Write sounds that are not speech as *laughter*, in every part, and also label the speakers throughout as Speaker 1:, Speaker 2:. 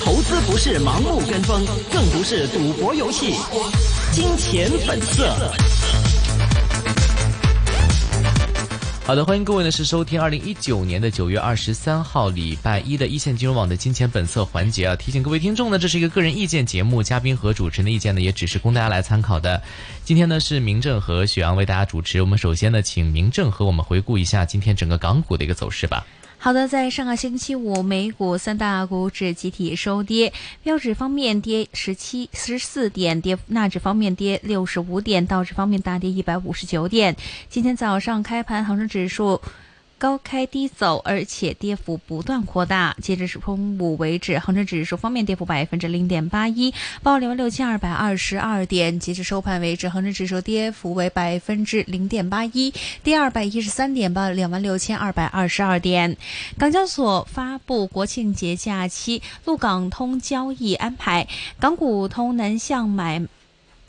Speaker 1: 投资不是盲目跟风，更不是赌博游戏。金钱本色。
Speaker 2: 好的，欢迎各位呢是收听二零一九年的九月二十三号礼拜一的一线金融网的金钱本色环节啊。提醒各位听众呢，这是一个个人意见节目，嘉宾和主持人的意见呢也只是供大家来参考的。今天呢是明正和许阳为大家主持，我们首先呢请明正和我们回顾一下今天整个港股的一个走势吧。
Speaker 3: 好的，在上个星期五，美股三大股指集体收跌，标指方面跌十七十四点，跌纳指方面跌六十五点，道指方面大跌一百五十九点。今天早上开盘，恒生指数。高开低走，而且跌幅不断扩大。截至中午为止，恒生指数方面跌幅百分之零点八一，报两万六千二百二十二点。截至收盘为止，恒生指数跌幅为百分之零点八一，跌二百一十三点，报两万六千二百二十二点。港交所发布国庆节假期陆港通交易安排，港股通南向买。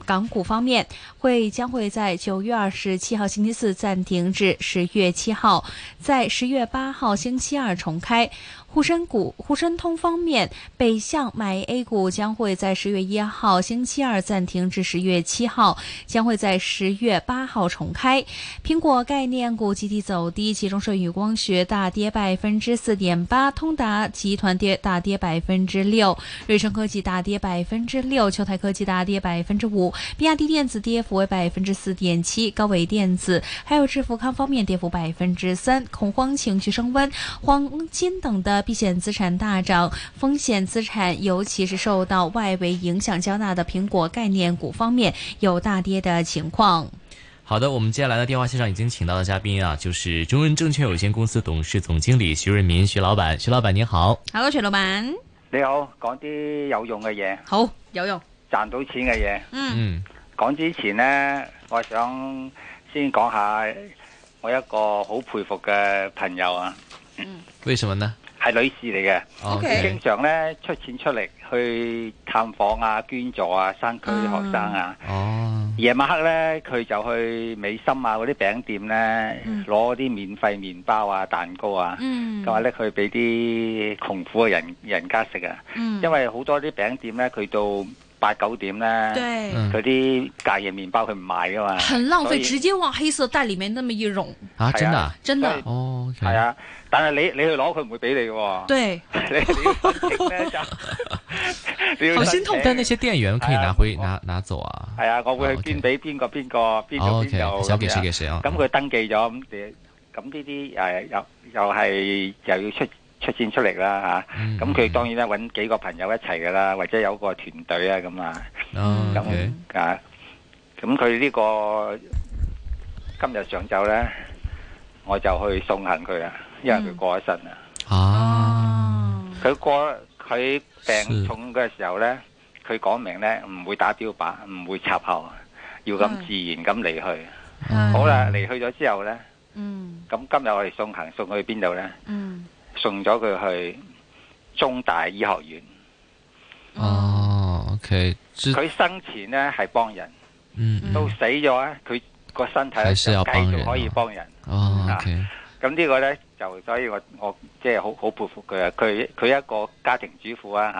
Speaker 3: 港股方面，会将会在九月二十七号星期四暂停至十月七号，在十月八号星期二重开。沪深股、沪深通方面，北向买 A 股将会在十月一号星期二暂停至十月七号，将会在十月八号重开。苹果概念股集体走低，其中舜宇光学大跌百分之四点八，通达集团跌大跌百分之六，瑞声科技大跌百分之六，秋台科技大跌百分之五，比亚迪电子跌幅为百分之四点七，高伟电子还有智富康方面跌幅百分之三，恐慌情绪升温，黄金等的。避险资产大涨，风险资产尤其是受到外围影响较大的苹果概念股方面有大跌的情况。
Speaker 2: 好的，我们接下来的电话线上已经请到的嘉宾啊，就是中润证券有限公司董事总经理徐润民，徐老板，徐老板您好。
Speaker 3: Hello，徐老板，
Speaker 4: 你好，講啲有用嘅嘢，
Speaker 3: 好有用，
Speaker 4: 賺到錢嘅嘢。
Speaker 3: 嗯
Speaker 2: 嗯，
Speaker 4: 講之前呢，我想先講下我一個好佩服嘅朋友啊，
Speaker 2: 为什么呢哦
Speaker 4: 係女士嚟嘅，
Speaker 3: OK
Speaker 4: 經常呢出錢出力去探訪啊、捐助啊、山區啲學生啊。
Speaker 2: 哦，
Speaker 3: 嗯
Speaker 4: 夜晚黑呢，佢就去美心啊嗰啲餅店呢，
Speaker 3: 嗯
Speaker 4: 攞啲免費麵包啊、蛋糕啊，
Speaker 3: 嗯，
Speaker 4: 咁話呢，佢俾啲窮苦嘅人人家食啊。
Speaker 3: 嗯，
Speaker 4: 因為好多啲餅店呢，佢到八九點呢。
Speaker 3: 对，
Speaker 2: 嗯
Speaker 4: 佢啲隔夜麵包佢唔賣噶嘛，
Speaker 3: 很浪
Speaker 4: 所
Speaker 3: 费，
Speaker 4: 以
Speaker 3: 直接往黑色袋里面那么一扔，
Speaker 2: 啊，真的啊
Speaker 3: 真的
Speaker 4: 对，
Speaker 2: 哦，OK，
Speaker 4: 係啊，但係你你去攞佢唔會俾你嘅喎，
Speaker 3: 对，
Speaker 4: *laughs* 你你要申
Speaker 2: *laughs*
Speaker 4: 請咧就
Speaker 2: 哦
Speaker 4: 你要
Speaker 3: 好
Speaker 4: 申
Speaker 3: 心痛
Speaker 4: 請
Speaker 2: 但那些店员可以
Speaker 4: 哎呀
Speaker 2: 拿回
Speaker 4: 我
Speaker 2: 拿拿走啊。
Speaker 4: 係啊，我會
Speaker 2: 哦
Speaker 4: 去
Speaker 2: ，OK
Speaker 4: 捐俾邊個邊個邊
Speaker 2: 哦
Speaker 4: 個邊
Speaker 2: OK，
Speaker 4: 度
Speaker 2: 想
Speaker 4: 咁
Speaker 2: 给谁
Speaker 4: 樣
Speaker 2: 给谁啊？
Speaker 4: 哎咁佢登記咗咁你咁呢啲誒又又係又要出出錢出力啦
Speaker 2: 嗯
Speaker 4: 嚇，咁佢當然啦揾幾個朋友一齊噶啦，或者有個團隊啊咁啊。
Speaker 2: 嗯
Speaker 4: 咁
Speaker 2: OK，
Speaker 4: 啊，咁佢呢個今日上晝呢，我就去送行佢啦，因為佢過咗身啦。
Speaker 2: 啊，
Speaker 3: 哦
Speaker 4: 佢、過佢
Speaker 2: 是
Speaker 4: 病重嘅時候呢，佢講明呢唔會打標靶，唔會插喉，要咁
Speaker 3: 嗯
Speaker 4: 自然咁離去。
Speaker 3: 嗯
Speaker 4: 好啦，離去咗之後呢，
Speaker 3: 嗯
Speaker 4: 咁今日我哋送行送佢去邊度呢？
Speaker 3: 嗯，
Speaker 4: 送咗佢去中大醫學院。
Speaker 2: 哦，OK，知
Speaker 4: 佢生前呢係幫人，
Speaker 2: 嗯
Speaker 4: 到
Speaker 2: 嗯
Speaker 4: 死咗呢，佢個身體呢
Speaker 2: 還是
Speaker 4: 就
Speaker 2: 要
Speaker 4: 繼
Speaker 2: 幫人
Speaker 4: 續可以
Speaker 2: 啊
Speaker 4: 幫人。
Speaker 2: 哦
Speaker 4: 啊
Speaker 2: ，OK，
Speaker 4: 咁呢個呢，就所以我我即係好好佩服佢啊！佢佢一個家庭主婦啊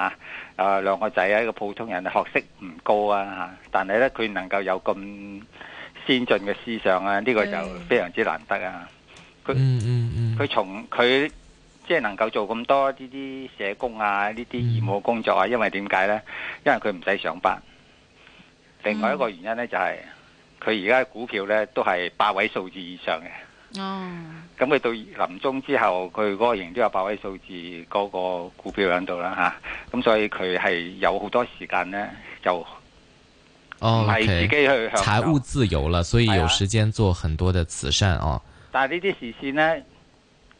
Speaker 4: 嚇，啊、兩個仔啊，一個普通人，學識唔高啊嚇、但係呢，佢能夠有咁先進嘅思想啊，呢、個就
Speaker 3: 嗯
Speaker 4: 非常之難得啊！佢
Speaker 2: 嗯嗯嗯，
Speaker 4: 佢從佢即係能夠做咁多呢啲社工啊，呢啲義務工作啊，因為點解呢？因為佢唔使上班。另外一個原因呢，就係佢而家嘅股票呢，都係八位數字以上嘅。
Speaker 3: 哦，
Speaker 4: 咁佢到臨終之後，佢嗰個仍都有八位數字嗰個股票喺度啦嚇，咁、所以佢係有好多時間呢，就唔
Speaker 2: 哦
Speaker 4: 係自己
Speaker 2: ，OK，
Speaker 4: 去享受。
Speaker 2: 财务自由了，所以
Speaker 4: 哎
Speaker 2: 有
Speaker 4: 呀
Speaker 2: 时间做很多的慈善哦。
Speaker 4: 但係呢啲視線呢，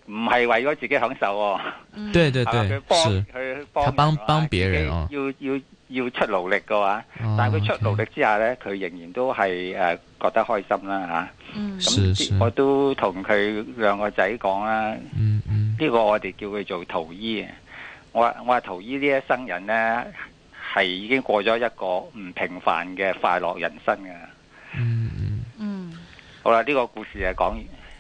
Speaker 4: 唔係為咗自己享受喎、
Speaker 3: 嗯
Speaker 2: 对对
Speaker 4: 係嘛
Speaker 2: 對
Speaker 4: 佢，幫
Speaker 2: 是，
Speaker 4: 佢幫
Speaker 2: 他幫
Speaker 4: 人啊
Speaker 2: 幫別人哦
Speaker 4: 自己要要要出勞力嘅話，但係佢出勞
Speaker 2: 力
Speaker 4: 力之下呢，佢仍然都係誒、呃、覺得開心啦嚇。
Speaker 3: 嗯
Speaker 4: 咁
Speaker 2: 是
Speaker 4: 啲
Speaker 2: 是
Speaker 4: 我都同佢兩個仔講啦。
Speaker 2: 嗯嗯
Speaker 4: 呢個我哋叫佢做陶醫嘅。我話我話陶醫呢一生人呢，係已經過咗一個唔平凡嘅快樂人生嘅。
Speaker 2: 嗯嗯，
Speaker 3: 嗯
Speaker 4: 好啦，呢、個故事就講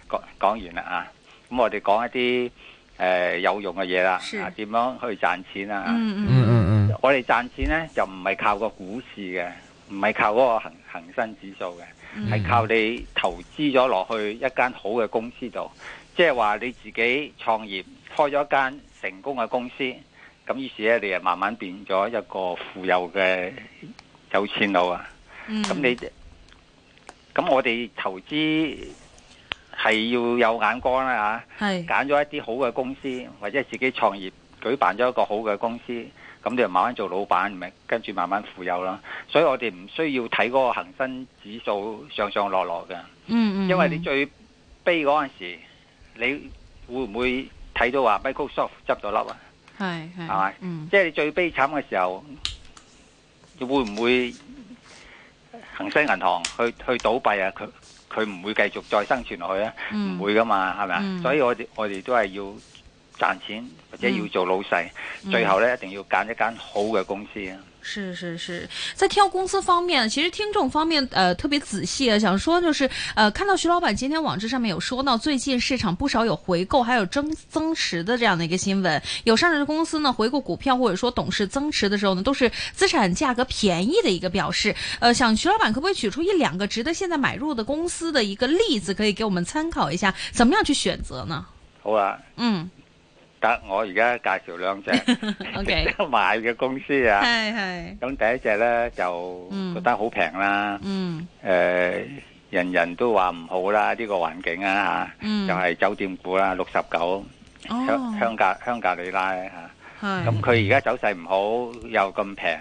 Speaker 4: 講講完啦啊。咁我哋講一啲诶有用嘅嘢啦，
Speaker 5: 是
Speaker 4: 啊點樣去賺錢啊？
Speaker 5: 嗯嗯
Speaker 2: 嗯嗯嗯，
Speaker 4: 我哋賺錢呢，就唔係靠個股市嘅，唔係靠嗰個恒恒生指數嘅，
Speaker 5: 嗯
Speaker 4: 係靠你投資咗落去一間好嘅公司度，即係話你自己創業開咗一間成功嘅公司，咁於是咧你就慢慢變咗一個富有嘅有錢佬啊！
Speaker 5: 嗯，
Speaker 4: 咁你咁我哋投資係要有眼光啦嚇。
Speaker 5: 係
Speaker 4: 揀咗一啲好嘅公司，或者自己創業，舉辦咗一個好嘅公司，咁你就慢慢做老闆，咪跟住慢慢富有啦。所以我哋唔需要睇嗰個恒生指數上上落落嘅，
Speaker 5: 嗯嗯，
Speaker 4: 因為你最悲嗰陣時，你會唔會睇到話 Microsoft 執咗笠啊？
Speaker 5: 係係
Speaker 4: 係咪
Speaker 5: 嗯
Speaker 4: 即係你最悲慘嘅時候，會唔會恒生銀行去去倒閉啊？佢佢唔會繼續再生存落去啊？
Speaker 5: 嗯
Speaker 4: 唔會噶嘛，係咪啊
Speaker 5: 嗯？
Speaker 4: 所以我哋我哋都係要賺錢或者要做老細，
Speaker 5: 嗯
Speaker 4: 最後咧一定要揀一間好嘅公司啊！
Speaker 5: 是是是，在挑公司方面，其实听众方面呃特别仔细啊，想说就是呃看到徐老板今天网志上面有说到，最近市场不少有回购还有增增持的这样的一个新闻，有上市公司呢回购股票或者说董事增持的时候呢，都是资产价格便宜的一个表示。呃，想徐老板可不可以举出一两个值得现在买入的公司的一个例子，可以给我们参考一下，怎么样去选择呢？
Speaker 4: 好啦，
Speaker 5: 嗯
Speaker 4: 得我而家介紹兩隻
Speaker 5: *laughs*
Speaker 4: *laughs*
Speaker 5: ，OK，
Speaker 4: 值得買嘅公司啊！
Speaker 5: 嗨嗨，
Speaker 4: 咁第一隻咧就
Speaker 5: 嗯
Speaker 4: 覺得好平啦，
Speaker 5: 嗯
Speaker 4: 誒、人人都話唔好啦，呢、個環境啊
Speaker 5: 嗯，
Speaker 4: 就係、酒店股啦，六十九香
Speaker 5: 哦，
Speaker 4: 香格香格里拉嚇。啊
Speaker 5: 嗨
Speaker 4: 咁佢而家走勢唔好，又咁平，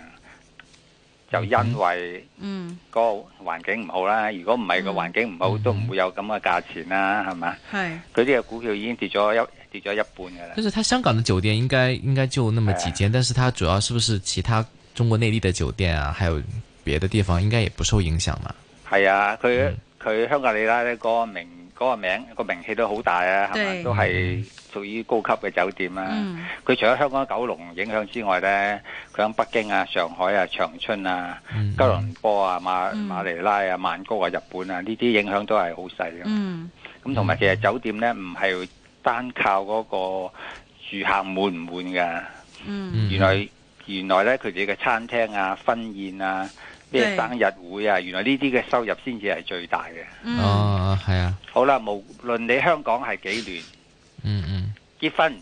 Speaker 4: 就因為。
Speaker 5: 嗯，
Speaker 4: 個環境唔好啦，如果唔係個
Speaker 5: 嗯
Speaker 4: 環境唔好，都唔會有咁嘅價錢啦，係嘛？
Speaker 5: 嗨。
Speaker 4: 佢啲嘅股票已經跌咗一跌咗一半噶啦
Speaker 5: 嗯
Speaker 2: 就。是它香港的酒店应该应该就那么
Speaker 4: 哎
Speaker 2: 几间，但是它主要是不是其他中国内地的酒店啊，还有别的地方应该也不受影响嘛？
Speaker 4: 係啊，佢
Speaker 2: 嗯
Speaker 4: 佢香格里拉呢個名嗰個名個名氣都好大啊，係
Speaker 5: 對
Speaker 4: 嘛？都係屬於高級嘅酒店啦。
Speaker 5: 嗯
Speaker 4: 佢除咗香港九龍影響之外呢，佢喺北京啊、上海啊、長春啊、
Speaker 2: 嗯，
Speaker 4: 吉隆坡啊、馬
Speaker 5: 嗯
Speaker 4: 馬尼拉啊、曼谷啊、日本啊，呢啲影響都係好細嘅。
Speaker 5: 嗯
Speaker 4: 咁同埋其實酒店呢，唔係單靠嗰個住客滿唔滿㗎。
Speaker 5: 嗯
Speaker 2: 嗯
Speaker 4: 原來原來咧佢哋嘅餐廳啊、婚宴啊、咩
Speaker 5: 對
Speaker 4: 生日會啊，原來呢啲嘅收入先至係最大嘅。
Speaker 5: 嗯
Speaker 2: 哦，系啊，
Speaker 4: 好啦，無論你香港係幾
Speaker 2: 嗯嗯
Speaker 4: 亂，結婚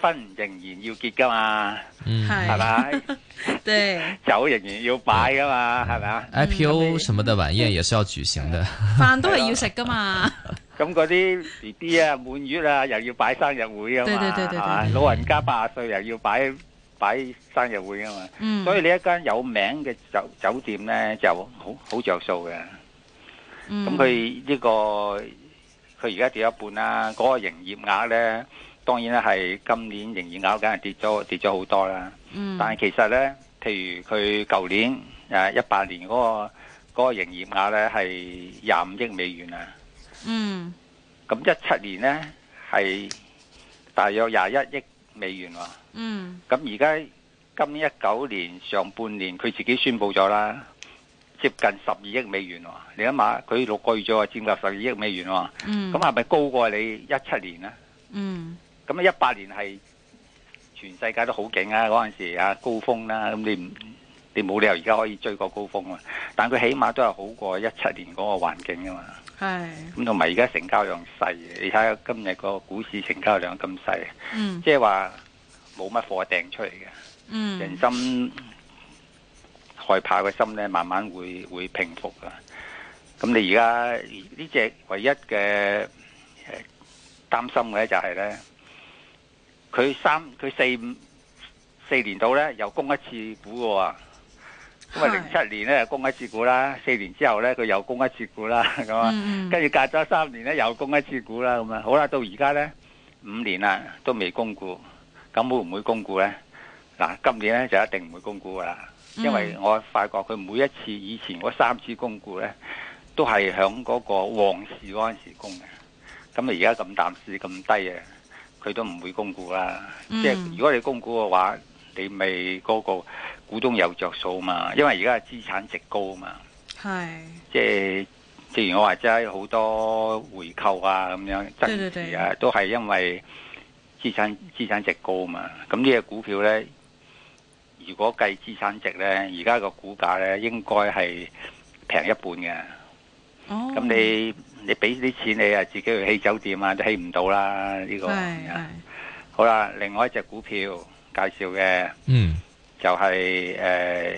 Speaker 4: 婚仍然要結噶嘛，
Speaker 2: 嗯
Speaker 5: 係
Speaker 4: 係咪？
Speaker 5: *laughs* 对，
Speaker 4: 酒仍然要擺噶嘛，係咪啊？
Speaker 2: ，IPO 什么的晚宴也是要举行的。
Speaker 5: 饭都系要食噶
Speaker 4: *laughs*
Speaker 5: 嘛，
Speaker 4: 咁嗰啲 B B 啊、滿月啊，又要擺生日會噶
Speaker 5: 對對
Speaker 4: 嘛，
Speaker 5: 對對對
Speaker 4: 係嘛？老人家八十歲又要擺擺生日會噶嘛。
Speaker 5: 嗯，
Speaker 4: 所以你一間有名嘅酒酒店咧，就好好着數嘅。咁
Speaker 3: 嗯
Speaker 5: 咁
Speaker 4: 佢呢個佢而家跌一半啦，嗰、個營業額呢，當然咧係今年營業額梗係跌咗跌咗好多啦。
Speaker 3: 嗯
Speaker 4: 但係其實呢，譬如佢舊年誒一八年嗰、個嗰、個營業額呢係廿五億美元啊，
Speaker 5: 嗯
Speaker 4: 咁一七年呢係大約廿一億美元喎。
Speaker 5: 嗯
Speaker 4: 咁而家今年一九年上半年佢自己宣布咗啦，接近十二億美元喎。你諗下，佢六個月咗啊，佔夠十二億美元喎。
Speaker 5: 嗯，
Speaker 4: 咁係咪高過你一七年啊？
Speaker 5: 嗯
Speaker 4: 咁一八年係全世界都好勁啊，嗰陣時啊高峰啦、咁你唔你冇理由而家可以追過高峰啊。但佢起碼都係好過一七年嗰個環境啊噶嘛。
Speaker 5: 系，
Speaker 4: 咁同埋而家成交量細，你睇下今日個股市成交量咁細，
Speaker 5: 嗯
Speaker 4: 即係話冇乜貨掟出嚟嘅。人
Speaker 5: 嗯
Speaker 4: 心害怕嘅心咧，慢慢會會平復噶。咁你而家呢只唯一嘅誒擔心嘅咧就係咧，佢三佢四五四年度咧又供一次股嘅喎。咁啊，零
Speaker 5: 係
Speaker 4: 七年咧供一次股啦，四年之後咧佢又供一次股啦，咁啊，
Speaker 5: 嗯
Speaker 4: 跟住隔咗三年咧又供一次股啦，咁啊，好啦，到而家咧五年啦都未供股，咁會唔會供股咧？嗱，今年咧就一定唔會供股噶啦，
Speaker 5: 嗯
Speaker 4: 因為我發覺佢每一次以前嗰三次供股咧，都係響嗰個旺市嗰陣時供嘅，咁啊而家咁淡市咁低啊，佢都唔會供股啦。
Speaker 5: 嗯
Speaker 4: 即係如果你供股嘅話，你咪嗰個股東有着數嘛，因為而家資產值高嘛。
Speaker 5: 系，
Speaker 4: 即係正如我話齋，好多回購啊咁樣
Speaker 5: 對對
Speaker 4: 增持啊，都係因為資產資產值高嘛。咁呢只股票呢，如果計資產值呢，而家個股價呢應該係平一半嘅。
Speaker 3: 哦，
Speaker 4: 咁你你俾啲錢你啊，自己去起酒店啊，都起唔到啦。呢、個
Speaker 3: 係係
Speaker 4: 好啦，另外一隻股票介紹嘅
Speaker 2: 嗯
Speaker 4: 就係誒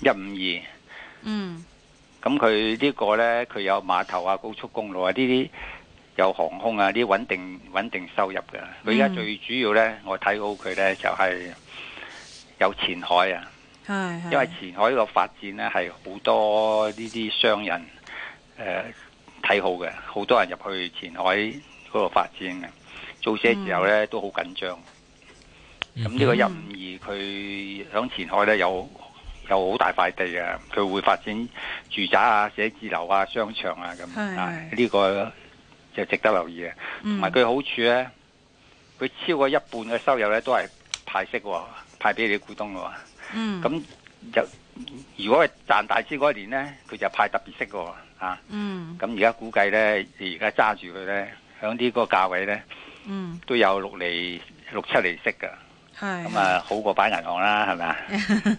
Speaker 4: 一五二。
Speaker 3: 嗯
Speaker 4: 咁佢呢個呢，佢有碼頭啊、高速公路啊呢啲，有航空啊呢啲穩定穩定收入嘅。佢而家
Speaker 3: 嗯
Speaker 4: 最主要呢，我睇好佢呢，就係、有前海啊，
Speaker 3: 係係，
Speaker 4: 因為前海個發展呢，係好多呢啲商人誒睇、好嘅，好多人入去前海嗰度發展嘅。做寫字樓
Speaker 3: 嗯
Speaker 4: 呢，都好緊張，
Speaker 2: 嗯
Speaker 4: 咁呢個一五二佢響前海呢，有有好大塊地嘅，佢會發展住宅啊、寫字樓啊、商場啊咁
Speaker 3: 係
Speaker 4: 啊，
Speaker 3: 係
Speaker 4: 呢個就值得留意嘅。同
Speaker 3: 嗯
Speaker 4: 埋佢好處呢，佢超過一半嘅收入呢都係派息喎，派俾你股東嘅喎。
Speaker 3: 嗯
Speaker 4: 咁就如果係賺大錢嗰一年呢，佢就派特別息嘅喎啊。
Speaker 3: 嗯
Speaker 4: 咁而家估計呢，你而家揸住佢呢，響呢個價位呢，
Speaker 3: 嗯
Speaker 4: 都有六厘、六七厘息㗎。
Speaker 3: 係
Speaker 4: 咁啊，好過擺銀行啦，係咪啊？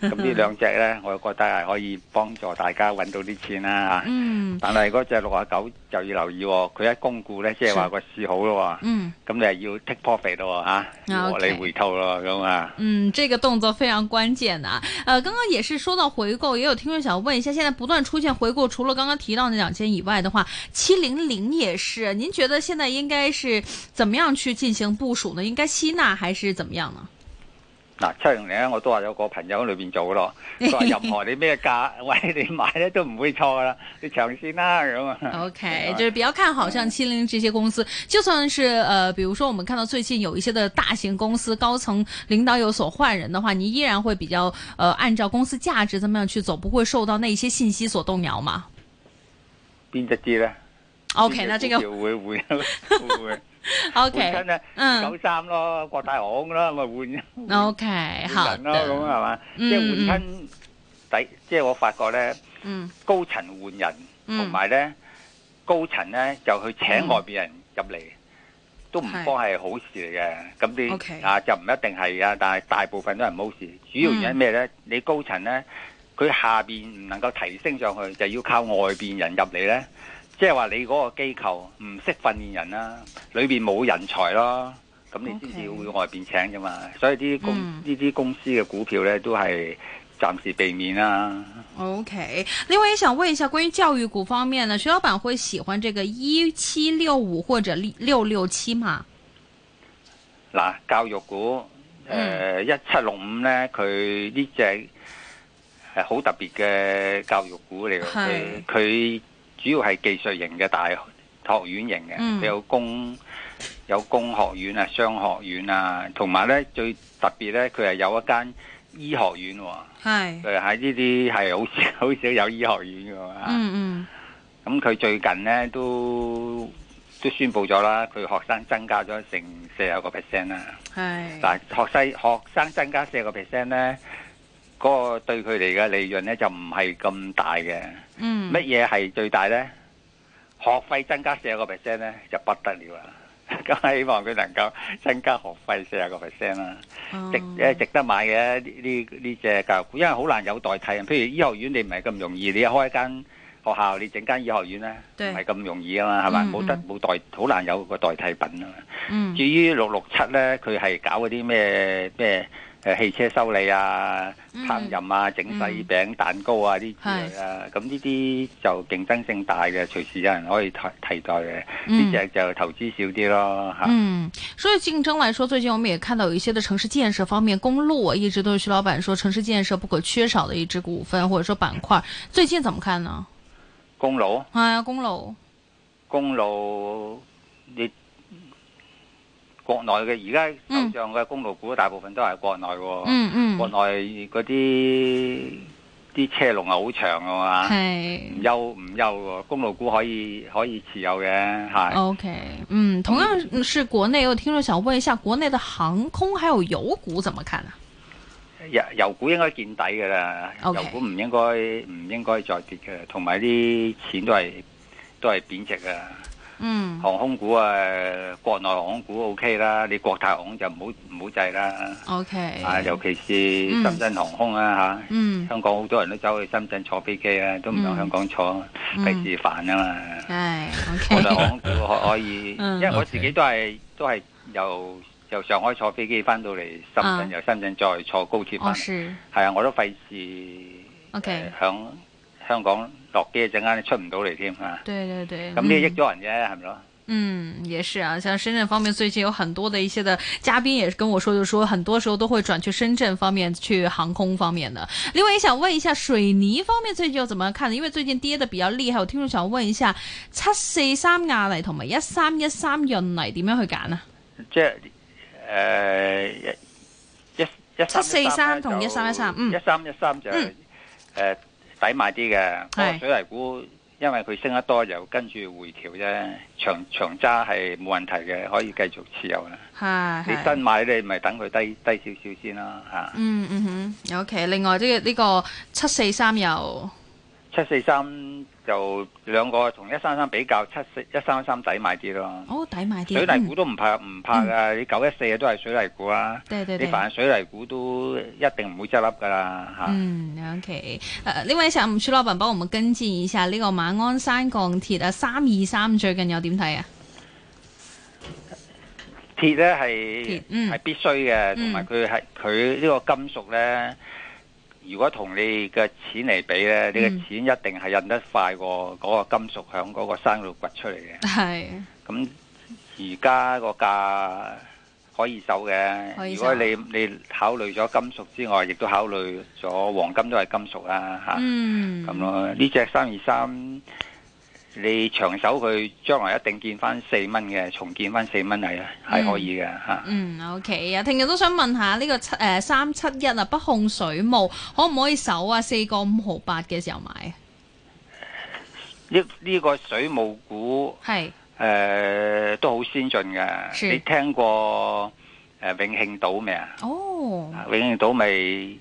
Speaker 4: 咁呢兩隻呢，我覺得係可以幫助大家揾到啲錢
Speaker 3: *laughs*
Speaker 4: 啦嚇。
Speaker 5: 嗯
Speaker 4: 但係嗰只六啊九就要留意喎，佢一公股呢，即係話個市好咯喎，
Speaker 5: 嗯
Speaker 4: 咁你係要 take profit 咯嚇，要獲利
Speaker 5: OK
Speaker 4: 回吐咯咁啊。
Speaker 5: 嗯，
Speaker 3: 这个动作非常关键的啊！呃，刚刚也是说到回购，也有听众想问一下，现在不断出现回购，除了刚刚提到那两间以外的话，七零零也是。您觉得现在应该是怎么样去进行部署呢？应该吸纳还是怎么样呢？
Speaker 4: 嗱，七零零咧，我都話有個朋友喺裏邊做
Speaker 3: *laughs*
Speaker 4: 咯，佢話任何你咩價， *laughs* 喂你買咧都唔會錯噶啦，你長線啦咁啊。
Speaker 3: OK，就是比较看好像七零这些公司，就算是呃，比如说我们看到最近有一些的大型公司高层领导有所换人的话，你依然会比较呃按照公司价值怎么样去走，不会受到那些信息所动摇嘛
Speaker 4: 邊一支咧
Speaker 3: ？OK，那这
Speaker 4: 邊
Speaker 3: 个
Speaker 4: 隻股票會會
Speaker 3: *laughs*
Speaker 4: 會唔會換
Speaker 3: OK
Speaker 4: 親咧？九
Speaker 3: 嗯
Speaker 4: 三咯，國泰航空啦，咪換。
Speaker 3: OK 好
Speaker 4: 換人咯，咁
Speaker 3: 的，
Speaker 4: 係嘛？
Speaker 3: 嗯
Speaker 4: 即係換親底，即係我發覺咧，
Speaker 3: 嗯
Speaker 4: 高層換人，
Speaker 3: 嗯
Speaker 4: 同埋咧高層咧就去請外邊人入嚟，都唔
Speaker 3: 係
Speaker 4: 光係好事嚟嘅。咁你
Speaker 3: OK
Speaker 4: 啊就唔一定係啊，但係大部分都係唔好事。主要原因咩
Speaker 3: 嗯
Speaker 4: 咧？你高層咧，佢下邊唔能夠提升上去，就要靠外邊人入嚟咧。即係話你嗰個機構唔識訓練人啦，裏邊冇人才咯，咁你先至
Speaker 3: OK
Speaker 4: 會外邊請啫嘛。所以呢啲公
Speaker 3: 嗯
Speaker 4: 呢啲、公司嘅股票咧，都係暫時避免啦。
Speaker 3: OK。另外也想问一下关于教育股方面呢，徐老板会喜欢这个一七六五或者六六七吗？
Speaker 4: 嗱，教育股
Speaker 3: 嗯
Speaker 4: 呃誒一七六五咧，佢呢只係好特別嘅教育股嚟嘅，
Speaker 3: 係
Speaker 4: 佢佢主要係技術型嘅大學院型嘅，
Speaker 3: 嗯
Speaker 4: 佢有工有工學院啊、商學院啊，同埋咧最特別咧，佢係有一間醫學院喎。
Speaker 3: 嗨，
Speaker 4: 佢喺呢啲係好少 *laughs* 好少有醫學院嘅嘛。
Speaker 3: 嗯
Speaker 4: 咁佢最近呢都都宣布咗啦，佢學生增加咗成四十個 percent 啦。
Speaker 3: 嗯，嗨，
Speaker 4: 嗱，學生學生增加四十個 percent 呢，嗰、個對佢哋嘅利潤呢就唔係咁大嘅。
Speaker 3: 嗯
Speaker 4: 乜嘢係最大呢？學費增加四十個 percent 呢，就不得了啦。 *laughs* 咁希望佢能夠增加學費四十個 percent 啦。值
Speaker 3: 哦
Speaker 4: 誒值得買嘅呢呢呢只教育股，因為好難有代替。譬如醫學院，你唔係咁容易，你開一間學校，你整間醫學院咧，
Speaker 3: 對
Speaker 4: 唔係咁容易啊嘛，係咪？
Speaker 3: 嗯
Speaker 4: 冇得
Speaker 3: 嗯
Speaker 4: 冇代，好難有個代替品啊嘛。
Speaker 3: 嗯
Speaker 4: 至於六六七咧，佢係搞嗰啲咩咩誒汽車修理啊、
Speaker 3: 嗯
Speaker 4: 烹飪啊、整西餅、蛋糕啊啲之類啊，咁呢啲就競爭性大嘅，隨時有人可以替替代嘅。呢
Speaker 3: 嗯
Speaker 4: 只啊就投資少啲咯嚇。
Speaker 3: 嗯，所以竞争来说，最近我们也看到有一些的城市建设方面，公路我一直都是徐老板说城市建设不可缺少的一支股份或者说板块，最近怎么看呢？
Speaker 4: 公路。
Speaker 3: 哎呀，公路，
Speaker 4: 公路，你國內嘅而家手上嘅公路股大部分都係國內喎，
Speaker 3: 嗯
Speaker 4: 國
Speaker 3: 嗯，
Speaker 4: 內嗰啲啲車龍啊係好長嘅嘛，
Speaker 3: 嘿
Speaker 4: 唔憂唔憂喎，公路股可以可以持有嘅係。
Speaker 3: 哦，OK，嗯，同样是国内，有听众想问一下，国内的航空还有油股怎么看啊呢、
Speaker 4: 油油股應該見底嘅啦
Speaker 3: OK
Speaker 4: 油股唔應該唔應該再跌嘅，同埋啲錢都係都係貶值嘅。啊
Speaker 3: 嗯
Speaker 4: 航空股啊，國內航空股 O K 啦，你國泰航空就唔好唔好制啦。
Speaker 3: ，OK，
Speaker 4: 啊，尤其是深圳航空啊嚇，
Speaker 3: 嗯，
Speaker 4: 香港好多人都走去深圳坐飛機啊，都唔
Speaker 3: 嗯
Speaker 4: 響香港坐，
Speaker 3: 嗯
Speaker 4: 費事煩啊嘛。
Speaker 3: 唉
Speaker 4: 我就
Speaker 3: 哎，OK，哦
Speaker 4: 航空股可可以，
Speaker 3: 嗯
Speaker 4: 因為我自己都係都係由由上海坐飛機翻到嚟深
Speaker 3: 啊
Speaker 4: 圳，由深圳再坐高鐵
Speaker 3: 哦
Speaker 4: 翻，
Speaker 3: 是
Speaker 4: 係啊，我都費事
Speaker 3: OK，
Speaker 4: 誒響香港落機一陣間出唔到嚟添啊。
Speaker 3: 对对对，
Speaker 4: 咁呢益
Speaker 3: 嗯
Speaker 4: 咗人啫，係咪咯？
Speaker 3: 嗯，也是啊，像深圳方面最近有很多的一些的嘉宾也是跟我说，就说很多时候都会转去深圳方面去航空方面的。另外也想问一下水泥方面最近又怎么看呢？因为最近跌的比较厉害，我听众想问一下七四三亞泥同埋一三一三潤泥點樣去揀啊？
Speaker 4: 即係誒一一一三
Speaker 3: 743同1313嗯
Speaker 4: 一三一三就誒
Speaker 3: 嗯
Speaker 4: 抵買啲嘅。不過
Speaker 3: 係
Speaker 4: 水泥股因為佢升得多，又跟住回調啫。長長揸係冇問題嘅，可以繼續持有啦。
Speaker 3: 係
Speaker 4: 你
Speaker 3: 係
Speaker 4: 新買你咪等佢低低少少先啦嚇。
Speaker 3: 嗯嗯哼，OK。另外呢、個呢、個七四三又
Speaker 4: 七四三就兩個同一三三比較，七四一三三抵買啲咯。
Speaker 3: 哦抵買啲，
Speaker 4: 水泥
Speaker 3: 嗯
Speaker 4: 股都唔怕唔怕噶，你九一四都係水泥股啊。
Speaker 3: 對對
Speaker 4: 你
Speaker 3: 對。
Speaker 4: 凡水泥股都一定唔會執笠噶啦嚇。
Speaker 3: 嗯，OK，誒，另外想徐老闆幫我們跟進一下呢個馬鞍山鋼鐵啊，三二三最近又點睇啊？
Speaker 4: 鐵咧
Speaker 3: 鐵
Speaker 4: 係
Speaker 3: 嗯
Speaker 4: 係必須嘅，同
Speaker 3: 嗯
Speaker 4: 埋佢係佢呢個金屬咧，如果同你嘅錢嚟比咧，你嘅
Speaker 3: 嗯
Speaker 4: 錢一定係印得快過嗰個金屬響嗰個山度掘出嚟嘅。
Speaker 3: 係，
Speaker 4: 咁而家個價可以走
Speaker 3: 可
Speaker 4: 嘅。
Speaker 3: 以
Speaker 4: 如
Speaker 3: 守
Speaker 4: 果你你考慮咗金屬之外，亦都考慮咗黃金都係金屬啦嚇。
Speaker 3: 嗯，
Speaker 4: 啊咁，咯，呢只三二三，你長手佢將來一定見翻四蚊嘅，重見翻四蚊係係可以嘅嚇。
Speaker 3: 嗯，OK 啊，聽日都想問下呢個七誒三七一啊，北控水務可唔可以守啊？四個五毫八嘅時候買，
Speaker 4: 呢呢個水務股
Speaker 3: 係，
Speaker 4: 誒、呃都好先進
Speaker 3: 是
Speaker 4: 嘅，你聽過誒、呃永慶島未啊？
Speaker 3: 哦，
Speaker 4: 永慶島咪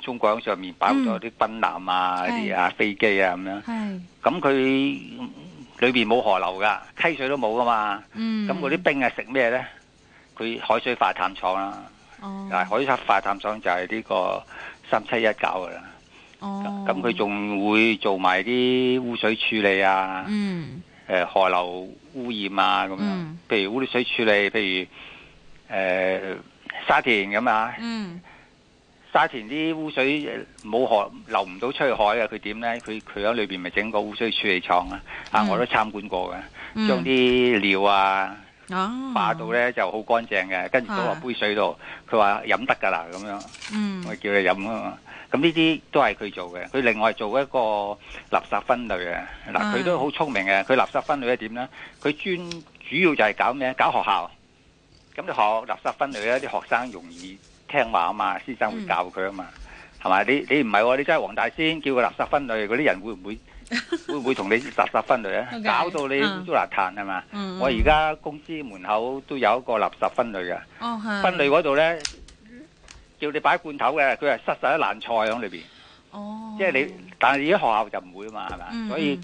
Speaker 4: 中國喺上面擺好咗啲軍艦啊、
Speaker 3: 係
Speaker 4: 啲啊飛機啊咁樣，
Speaker 3: 係，
Speaker 4: 咁佢裏邊冇河流噶，溪水都冇噶嘛，
Speaker 3: 嗯，
Speaker 4: 咁嗰啲兵係食咩呢？佢海水化淡廠啦。
Speaker 3: 哦，
Speaker 4: 嗱，海沙化淡廠就係呢個三七一搞噶啦，
Speaker 3: 哦，
Speaker 4: 咁佢，仲會做埋啲污水處理啊，誒、
Speaker 3: 嗯，
Speaker 4: 河流污染啊咁樣，
Speaker 3: 嗯
Speaker 4: 譬如污水處理，譬如誒、呃沙田咁啊，
Speaker 3: 嗯，
Speaker 4: 沙田啲污水冇河流唔到出去海啊，佢點呢？佢佢喺裏邊咪整個污水處理廠啊，啊
Speaker 3: 嗯
Speaker 4: 我都參觀過嘅，
Speaker 3: 嗯
Speaker 4: 將啲尿啊
Speaker 3: 啊，
Speaker 4: 化到，咧就好乾淨嘅，跟住倒落
Speaker 3: 啊
Speaker 4: 杯水度，佢話飲得㗎啦咁樣。
Speaker 3: 嗯，
Speaker 4: 我叫你飲啊嘛。咁呢啲都係佢做嘅，佢另外做一個垃圾分類啊。嗱，佢都好聰明嘅，佢垃圾分類係點呢？佢專主要就係搞咩？搞學校。咁你學校垃圾分類咧，啲學生容易聽話啊嘛，先生會教佢啊嘛，係咪？你你唔係喎，你真係黃大仙叫佢垃圾分類，嗰啲人會唔
Speaker 3: *laughs*
Speaker 4: 會會唔會同你垃圾分類啊？
Speaker 3: OK，
Speaker 4: 搞到你
Speaker 3: 嗯
Speaker 4: 污糟邋遢啊嘛！
Speaker 3: 嗯，
Speaker 4: 我而，家公司門口都有一個垃圾分類嘅。
Speaker 3: 哦，係，
Speaker 4: 分類，嗰度呢，叫你擺罐頭嘅，佢係塞晒啲爛菜喺裏邊，
Speaker 3: 哦，
Speaker 4: 即係你，但係而家學校就唔會啊嘛，係嘛？
Speaker 3: 嗯
Speaker 4: 所以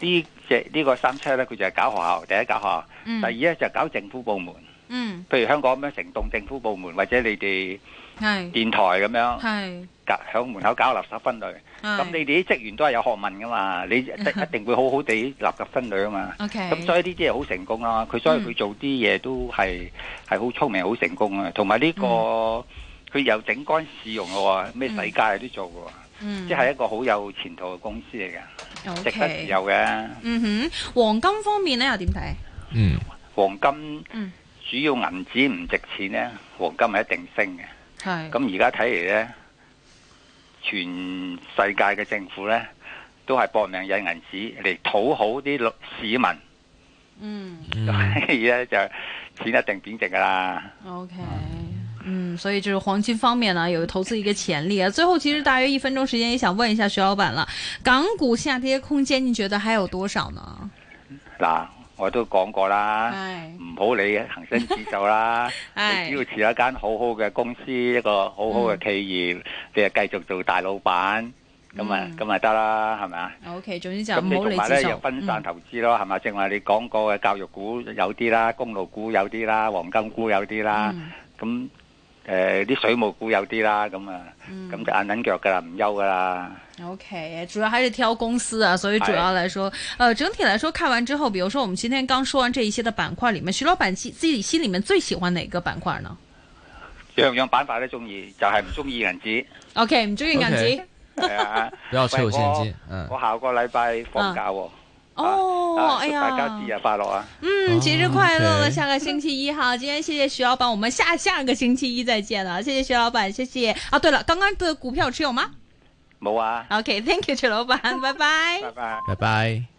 Speaker 4: 呢只呢個三車呢，佢就係搞學校，第一搞學校，
Speaker 3: 嗯，
Speaker 4: 第二呢就係搞政府部門，
Speaker 3: 嗯，
Speaker 4: 譬如香港咁樣成棟政府部門，或者你哋
Speaker 3: 係。
Speaker 4: 電台咁樣，
Speaker 3: 係，
Speaker 4: 隔響門口搞垃圾分類，咁你哋啲職員都係有學問噶嘛，你一
Speaker 3: *laughs*
Speaker 4: 一定會好好地垃圾分類啊嘛。
Speaker 3: O K，
Speaker 4: 咁所以呢啲嘢好成功啦，佢所以
Speaker 3: 嗯
Speaker 4: 佢做啲嘢都係係好聰明、好成功啊，同埋呢個
Speaker 3: 嗯
Speaker 4: 佢又整乾市容嘅喎，咩洗街都做嘅
Speaker 3: 嗯
Speaker 4: 喎，即係一個好有前途嘅公司嚟嘅，
Speaker 3: OK
Speaker 4: 值得持有嘅。
Speaker 3: 嗯哼，黃金方面咧又點睇？
Speaker 2: 嗯，
Speaker 4: 黃金
Speaker 3: 嗯
Speaker 4: 主要銀紙唔值錢呢，黃金係一定升嘅。
Speaker 3: 係
Speaker 4: 咁而家睇嚟呢，全世界嘅政府呢，都係搏命印銀紙嚟討好啲老市民，
Speaker 3: 嗯
Speaker 4: *laughs* 所以呢，就錢一定貶值㗎啦。
Speaker 3: ，OK。嗯，所以就是黄金方面呢，有投资一个潜力啊。最后，其实大约一分钟时间，也想问一下徐老板了，港股下跌空间，你觉得还有多少呢？哎
Speaker 4: 嗱，我都講過啦，
Speaker 3: 唉，
Speaker 4: 唔好理恒生指
Speaker 3: *laughs*
Speaker 4: 數啦，
Speaker 3: 唉
Speaker 4: 你只要持有一間好好嘅公司，一個好好嘅企業，你就繼續做大老闆，咁啊咁咪得啦，係咪啊？
Speaker 3: O K，總之就
Speaker 4: 咁
Speaker 3: 唔
Speaker 4: 你
Speaker 3: 好
Speaker 4: 同
Speaker 3: 理
Speaker 4: 埋
Speaker 3: 指
Speaker 4: 咧
Speaker 3: 數
Speaker 4: 又分散投資咯，係嘛？正話你講過嘅教育股有啲啦，公路股有啲啦，黃金股有啲啦，
Speaker 3: 嗯
Speaker 4: 咁誒啲水務股有啲啦，咁啊，
Speaker 3: 嗯
Speaker 4: 咁就硬撚腳噶啦，唔憂噶啦。
Speaker 3: OK，主要还是挑公司啊，所以主要来说，呃，整体来说看完之后，比如说我们今天刚说完这一些的板块里面，徐老板自自己心里面最喜欢哪个板块呢
Speaker 4: 樣樣板塊都中意，就係唔中意銀紙。
Speaker 3: ？OK，唔中意銀紙
Speaker 2: OK
Speaker 4: 係啊，
Speaker 2: 不要持有现金，嗯
Speaker 4: 我，下個禮拜放假喎。
Speaker 3: 啊哦，
Speaker 4: 啊
Speaker 3: 哎
Speaker 4: 祝
Speaker 3: 呀，
Speaker 4: 大家節日快樂啊！
Speaker 3: 嗯，节日快乐
Speaker 2: 哦
Speaker 3: 了，
Speaker 2: ，OK
Speaker 3: 下个星期一哈。今天谢谢徐老板，我们下下个星期一再见了，谢谢徐老板，谢谢。啊，对了，刚刚的股票持有吗
Speaker 4: 冇啊， *laughs*
Speaker 3: ？OK，Thank、you，徐老板，拜拜
Speaker 4: 拜拜。
Speaker 2: 拜拜。